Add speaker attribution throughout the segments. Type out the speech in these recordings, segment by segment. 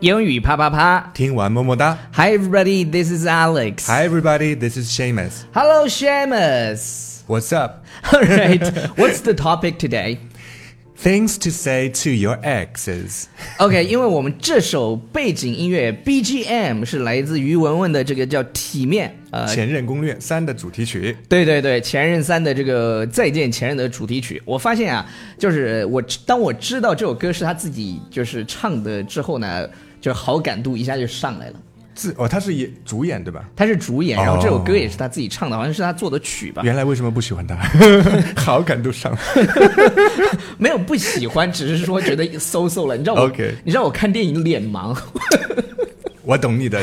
Speaker 1: 英语啪啪啪
Speaker 2: 听完么么哒。
Speaker 1: ！Hi everybody, this is Alex.
Speaker 2: Hi everybody, this is Seamus.
Speaker 1: Hello, Shamus.
Speaker 2: What's up?
Speaker 1: All right, what's the topic today?
Speaker 2: Things to say to your exes.
Speaker 1: OK，因为我们这首背景音乐 BGM 是来自于文文的这个叫《体面》呃，
Speaker 2: 前任攻略三的主题曲。
Speaker 1: 对对对，《前任三》的这个《再见前任》的主题曲，我发现啊，就是我知当我知道这首歌是他自己就是唱的之后呢，就是好感度一下就上来了。
Speaker 2: 自哦，他是演主演对吧？
Speaker 1: 他是主演，然后
Speaker 2: 哦
Speaker 1: 这首歌也是他自己唱的，好像是他做的曲吧？
Speaker 2: 原来为什么不喜欢他？ 好感度上。
Speaker 1: 没有不喜欢，只是说觉得 so so 了。你知道我
Speaker 2: OK
Speaker 1: 你知道我看电影脸 盲。
Speaker 2: 我懂你的。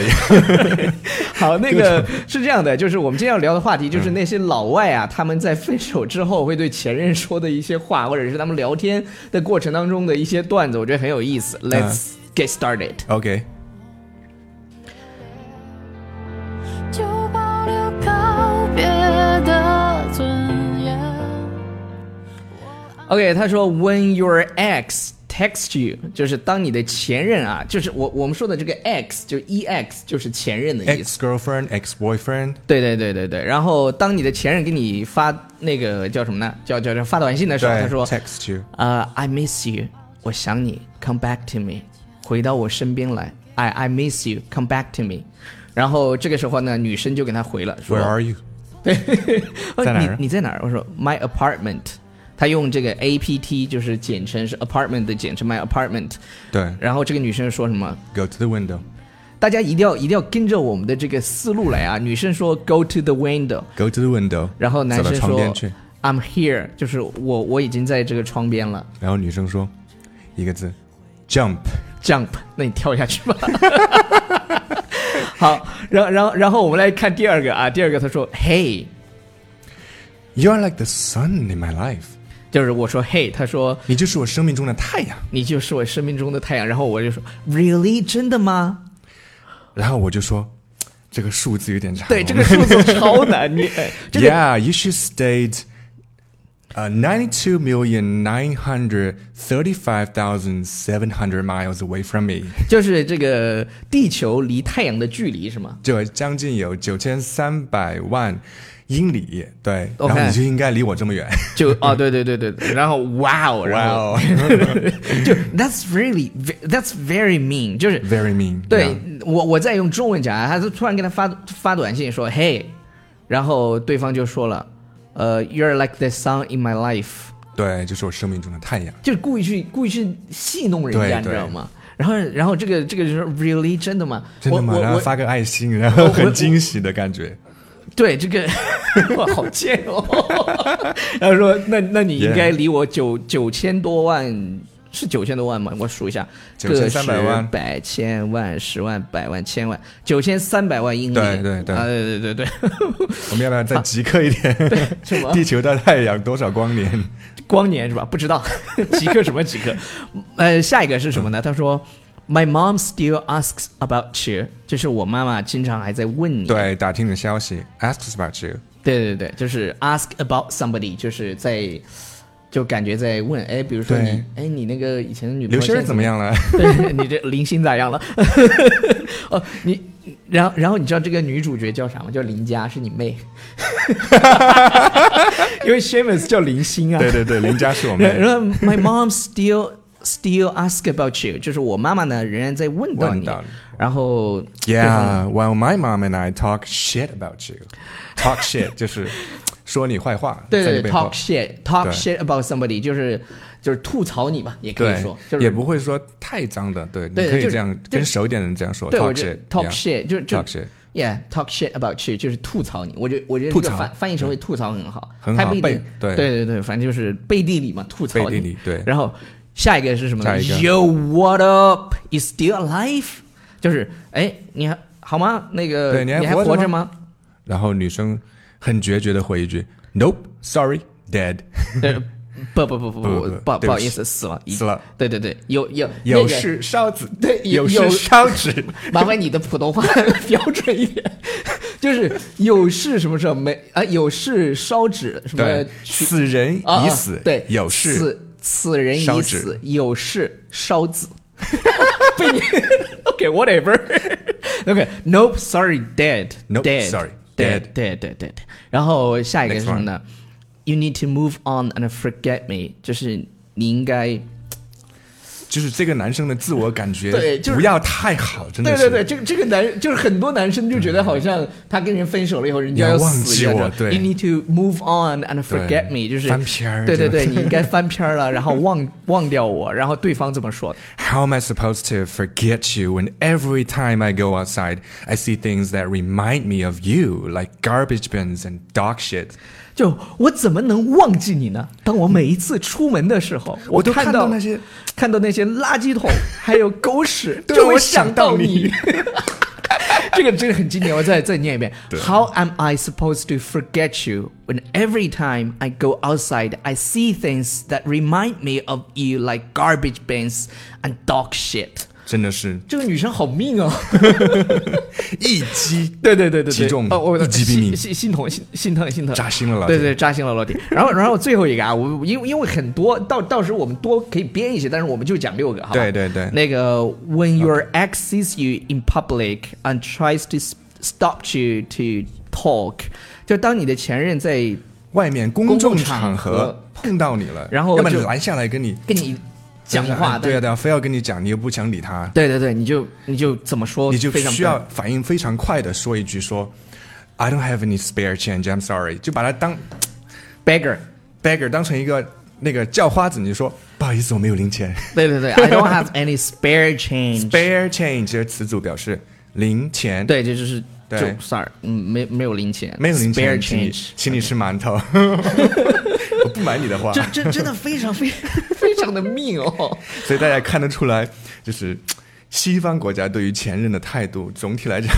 Speaker 1: 好，那个嗯是这样的，就是我们今天要聊的话题，就是那些老外啊，他们在分手之后会对前任说的一些话，或者是他们聊天的过程当中的一些段子，我觉得很有意思。Let's get started。
Speaker 2: OK，
Speaker 3: 就保留告别的尊严。
Speaker 1: OK，他说 When your ex text you，就是当你的前任啊，就是我我们说的这个 ex，就 ex 就是前任的意思。
Speaker 2: ex girlfriend, ex boyfriend，
Speaker 1: 对对对对对，然后当你的前任给你发那个叫什么呢？叫叫叫发短信的时啊候，他说
Speaker 2: text you，
Speaker 1: 呃、i miss you，我想你，come back to me，回到我身边来，I I miss you，come back to me。然后这个时候呢，女生就给他回了，说
Speaker 2: where are you？
Speaker 1: 对， 哦
Speaker 2: 在哪儿啊
Speaker 1: 你你在哪儿？我说 my apartment，他用这个 apt 就是简称是 apartment 的简称 my apartment。
Speaker 2: 对
Speaker 1: 然后这个女生说什么？
Speaker 2: ，go to the window，
Speaker 1: 大家一定要一定要跟着我们的这个思路来啊！女生说 go to the window，
Speaker 2: Go to the window，
Speaker 1: 然后男
Speaker 2: 走
Speaker 1: 生
Speaker 2: 到床
Speaker 1: 说
Speaker 2: 边去，
Speaker 1: I'm here，就是我我已经在这个窗边了。
Speaker 2: 然后女生说一个字，jump。
Speaker 1: Jump，那你跳下去吧。 好，然后然后然后我们来看第二个啊，第二个他说 Hey，
Speaker 2: You are like the sun in my life，
Speaker 1: 就是我说 Hey，他说
Speaker 2: 你就是我生命中的太阳。
Speaker 1: 你就是我生命中的太阳，然后我就说 Really，真的吗？
Speaker 2: 然后我就说，这个数字有点长。
Speaker 1: 对，这个数字超难念，哎这个
Speaker 2: Yeah, you should state. Uh, ninety-two million nine hundred thirty-five thousand seven hundred miles away from me，
Speaker 1: 就是这个地球离太阳的距离是吗？
Speaker 2: 就将近有九千三百万英里。对
Speaker 1: OK
Speaker 2: 然后你就应该离我这么远。
Speaker 1: 就哦，对对对对，对然后哇哦，然后
Speaker 2: 哇哦
Speaker 1: 就 That's really That's very mean，就是
Speaker 2: ，very mean
Speaker 1: 对
Speaker 2: yeah。
Speaker 1: 我我在用中文讲啊，他就突然给他发发短信说 Hey，然后对方就说了，呃，You're like the sun in my life，
Speaker 2: 对，就是我生命中的太阳。
Speaker 1: 就是故意去故意去戏弄人
Speaker 2: 对
Speaker 1: 家，
Speaker 2: 对
Speaker 1: 你知道吗？然后然后这个这个人说 Really 真的吗？
Speaker 2: 真的吗？
Speaker 1: 我
Speaker 2: 然
Speaker 1: 我
Speaker 2: 后
Speaker 1: 我
Speaker 2: 发个爱心，然后
Speaker 1: 我
Speaker 2: 很惊喜的感觉。
Speaker 1: 对这个 哇好贱哦， 然后说那那你应该离我九九千多万。是九千多万吗？我数一下，个
Speaker 2: 9300万
Speaker 1: 十百千万、十万、百万、千万，九千三百万英里。
Speaker 2: 对对对
Speaker 1: 啊，对对对
Speaker 2: 我们要不要再极客一点？
Speaker 1: 啊 对，什么
Speaker 2: 地球到太阳多少光年？
Speaker 1: 光年是吧？不知 道，极客什么极客？呃，下一个是什
Speaker 2: 嗯
Speaker 1: 么呢？他说，My mom still asks about you，就是我妈妈经常还在问你。
Speaker 2: 对，打听你的消息，asks about you。
Speaker 1: 对对对，就是 ask about somebody，就是在就感觉在问，哎，比如说
Speaker 2: 对
Speaker 1: 你，哎，你那个以前的女朋
Speaker 2: 刘
Speaker 1: 友
Speaker 2: 先生怎么
Speaker 1: 样？
Speaker 2: 样了？
Speaker 1: 对，你这林星咋样了？ 哦，你，然后然后你知道这个女主角叫啥吗？叫林佳，是你妹。 因为 Shamus 叫林星啊。
Speaker 2: 对对对，邻家是 我
Speaker 1: 然
Speaker 2: 们
Speaker 1: 然后 my mom still still ask about you，就是我妈妈呢仍然在问到
Speaker 2: 问
Speaker 1: 你，
Speaker 2: 到你。
Speaker 1: 然后对方
Speaker 2: Yeah, while my mom and I talk shit about you, talk shit 就是说你坏话，
Speaker 1: 对
Speaker 2: 在你
Speaker 1: 对
Speaker 2: 背
Speaker 1: 对
Speaker 2: 后
Speaker 1: ，talk shit talk
Speaker 2: 对
Speaker 1: shit about somebody，就是就是吐槽你吧，也可以
Speaker 2: 对
Speaker 1: 说，就
Speaker 2: 也
Speaker 1: 是。
Speaker 2: 不会说太脏的，对，你
Speaker 1: 对
Speaker 2: 可以
Speaker 1: 就是
Speaker 2: 这样
Speaker 1: 就
Speaker 2: 跟熟一点的人这样说
Speaker 1: 对，我
Speaker 2: ，talk
Speaker 1: 觉得
Speaker 2: shit,
Speaker 1: talk
Speaker 2: yeah,
Speaker 1: shit 就是就
Speaker 2: talk shit，
Speaker 1: yeah talk shit about you 就是吐槽你，我觉得我觉得
Speaker 2: 吐
Speaker 1: 这个
Speaker 2: 槽嗯
Speaker 1: 翻翻译成为吐槽很好，
Speaker 2: 很
Speaker 1: 它
Speaker 2: 好
Speaker 1: 不一
Speaker 2: 背
Speaker 1: 定
Speaker 2: 对
Speaker 1: 对对对，反正就是背地里嘛，吐槽
Speaker 2: 背地
Speaker 1: 你
Speaker 2: 里。对
Speaker 1: 然后下一个是什么呢
Speaker 2: 下一个
Speaker 1: ？Yo what up? You still alive？就是哎，你还好吗？那个
Speaker 2: 对
Speaker 1: 你
Speaker 2: 你还
Speaker 1: 还
Speaker 2: 活着
Speaker 1: 活着
Speaker 2: 吗
Speaker 1: 吗？
Speaker 2: 然后女生很决绝的回一句，Nope, sorry, dead，
Speaker 1: 呃不不不不
Speaker 2: 不
Speaker 1: 不
Speaker 2: 不
Speaker 1: 不
Speaker 2: 对不
Speaker 1: 不好意
Speaker 2: 起
Speaker 1: 思，死了
Speaker 2: 死了。
Speaker 1: 对对对，有有那
Speaker 2: 有
Speaker 1: 个
Speaker 2: 事烧纸，
Speaker 1: 对有
Speaker 2: 有
Speaker 1: 有
Speaker 2: 事烧 纸。
Speaker 1: 麻烦你的普通话 标准一点， 就是有事什么事儿没啊？有事烧纸什么
Speaker 2: 对，
Speaker 1: 取
Speaker 2: 死人
Speaker 1: 啊
Speaker 2: 已死
Speaker 1: 啊，对，
Speaker 2: 有事
Speaker 1: 此此人已
Speaker 2: 烧纸
Speaker 1: 死，有事烧子。被你 okay, whatever. okay, nope, sorry, dead.
Speaker 2: Nope,
Speaker 1: dead,
Speaker 2: sorry,
Speaker 1: dead, dead, dead, dead. 然后下一个是
Speaker 2: Next
Speaker 1: 什么呢？You need to move on and forget me，就是你应该。
Speaker 2: 就是这个男生的自我感觉，
Speaker 1: 对就是
Speaker 2: 不要太好，真的
Speaker 1: 对
Speaker 2: 是。
Speaker 1: 对对，这个这个男就是很多男生就觉得好像他跟人分手了以后，人家
Speaker 2: 你要嗯忘
Speaker 1: 死一样
Speaker 2: 记我
Speaker 1: 的。
Speaker 2: 对
Speaker 1: You need to move on and forget
Speaker 2: 对
Speaker 1: me，就是
Speaker 2: 翻篇儿
Speaker 1: 对对对，
Speaker 2: 就
Speaker 1: 你应该翻篇儿了，然后忘忘掉我，然后对方这么说的。
Speaker 2: How am I supposed to forget you when every time I go outside, I see things that remind me of you, like garbage bins and dog shit？
Speaker 1: 就我怎么能忘记你呢？当我每一次出门的时候，
Speaker 2: 嗯我都
Speaker 1: 看
Speaker 2: 看到那些
Speaker 1: 看到那些垃圾桶还有狗屎，
Speaker 2: 对
Speaker 1: 就
Speaker 2: 我
Speaker 1: 想
Speaker 2: 想到
Speaker 1: 你
Speaker 2: 你。
Speaker 1: 这个真的很经典，我再再念一遍。How am I supposed to forget you when every time I go outside I see things that remind me of you like garbage bins and dog shit？
Speaker 2: 真的是
Speaker 1: 这个女生好命哦。
Speaker 2: 一击
Speaker 1: 对对对对对，
Speaker 2: 击中
Speaker 1: 哦，我
Speaker 2: 一击毙命
Speaker 1: 心心心疼心心疼心疼，
Speaker 2: 扎心了老
Speaker 1: 对
Speaker 2: 铁
Speaker 1: 对，扎心了老铁。然后然后最后一个啊，我因为因为很多到到时候我们多可以编一些，但是我们就讲六个，好吧？
Speaker 2: 对对对
Speaker 1: 那个 When your ex sees you in public and tries to s- stop you to talk，就当你的前任在
Speaker 2: 外面公
Speaker 1: 公
Speaker 2: 众
Speaker 1: 众
Speaker 2: 场
Speaker 1: 场
Speaker 2: 合
Speaker 1: 合
Speaker 2: 碰到你了，
Speaker 1: 然后
Speaker 2: 要么
Speaker 1: 就
Speaker 2: 拦下来跟你
Speaker 1: 跟你讲话，哦
Speaker 2: 对啊
Speaker 1: 但
Speaker 2: 对啊，非要跟你讲，你又不想理他，
Speaker 1: 对对对，你就你就怎么说，
Speaker 2: 你就
Speaker 1: 非常
Speaker 2: 需要反应非常快的说一句说，I don't have any spare change, I'm sorry，就把它当
Speaker 1: beggar。
Speaker 2: beggar 当成一个那个叫花子，你就说不好意思，我没有 零钱。
Speaker 1: 对对对，I don't have any spare change。
Speaker 2: spare change 这词组表示零钱，，
Speaker 1: 对，这就是就
Speaker 2: 对
Speaker 1: sorry，嗯，没没有零钱，
Speaker 2: 没有零
Speaker 1: spare
Speaker 2: 钱，请你
Speaker 1: change，
Speaker 2: 请你吃 馒头，我不买你的话，
Speaker 1: 这这真的非常非 非常的命哦。
Speaker 2: 所以大家看得出来，就是西方国家对于前任的态度，总体来讲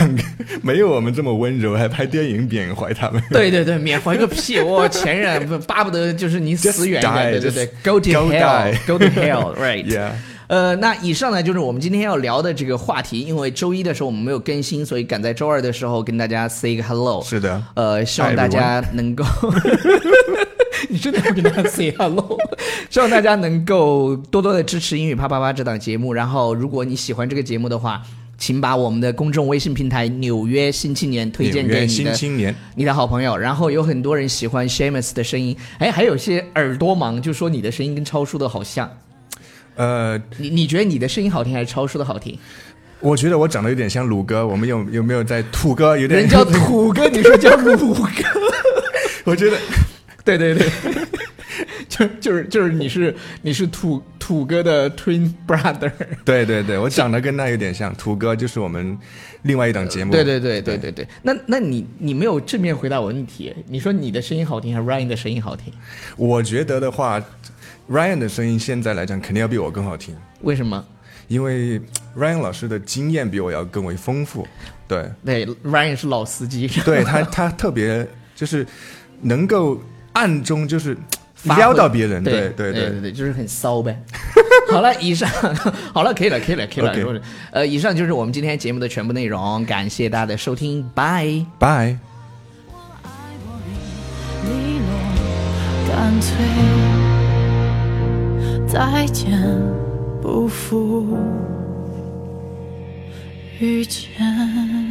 Speaker 2: 没有我们这么温柔，还拍电影缅怀他们。
Speaker 1: 对对对，缅怀个屁！我前任不巴不得就是你
Speaker 2: Just
Speaker 1: 死远一点，
Speaker 2: die,
Speaker 1: 对对对
Speaker 2: just
Speaker 1: ，Go to
Speaker 2: go die.
Speaker 1: hell，Go to hell，right？
Speaker 2: Yeah
Speaker 1: 呃，那以上呢就是我们今天要聊的这个话题，因为周一的时候我们没有更新，所以赶在周二的时候跟大家 say 个 hello。
Speaker 2: 是的
Speaker 1: 呃，希望大家能 够。你真的要跟大家 say hello，希望大家能够多多的支持《英语啪啪啪》这档节目。然后，如果你喜欢这个节目的话，请把我们的公众微信平台《纽约新青年》推荐
Speaker 2: 纽
Speaker 1: 给
Speaker 2: 约
Speaker 1: 你
Speaker 2: 新
Speaker 1: 的
Speaker 2: 青年，
Speaker 1: 你的好朋友。然后有很多人喜欢 Shamus 的声音，哎，还有些耳朵盲就说你的声音跟超叔的好像。
Speaker 2: 呃，
Speaker 1: 你你觉得你的声音好听还是超叔的好听？
Speaker 2: 我觉得我长得有点像鲁哥，我们有有没有在土哥有点？
Speaker 1: 人 叫土哥，你说叫鲁哥。
Speaker 2: 我觉得
Speaker 1: 对对 对，就就是就是你是你是土土哥的 twin brother。
Speaker 2: 对对对，我长得跟他有点像，土哥就是我们另外一档节目。
Speaker 1: 对对对对对对，那那你你没有正面回答我问题，你说你的声音好听还是 Ryan 的声音好听？
Speaker 2: 我觉得的话，Ryan 的声音现在来讲肯定要比我更好听，
Speaker 1: 为什么？
Speaker 2: 因为 Ryan 老师的经验比我要更为丰富。对，
Speaker 1: 对，Ryan 是老司机。
Speaker 2: 对他，他特别就是能够暗中就是
Speaker 1: 发挥
Speaker 2: 撩到别人，
Speaker 1: 对
Speaker 2: 对
Speaker 1: 对对，就是很骚呗。 好了，以上好了，可以了，可以了，可以了。
Speaker 2: OK
Speaker 1: 呃，以上就是我们今天节目的全部内容，感谢大家的收听，拜。
Speaker 2: ，Bye。
Speaker 3: 爱我已利落干脆，再见不负遇见。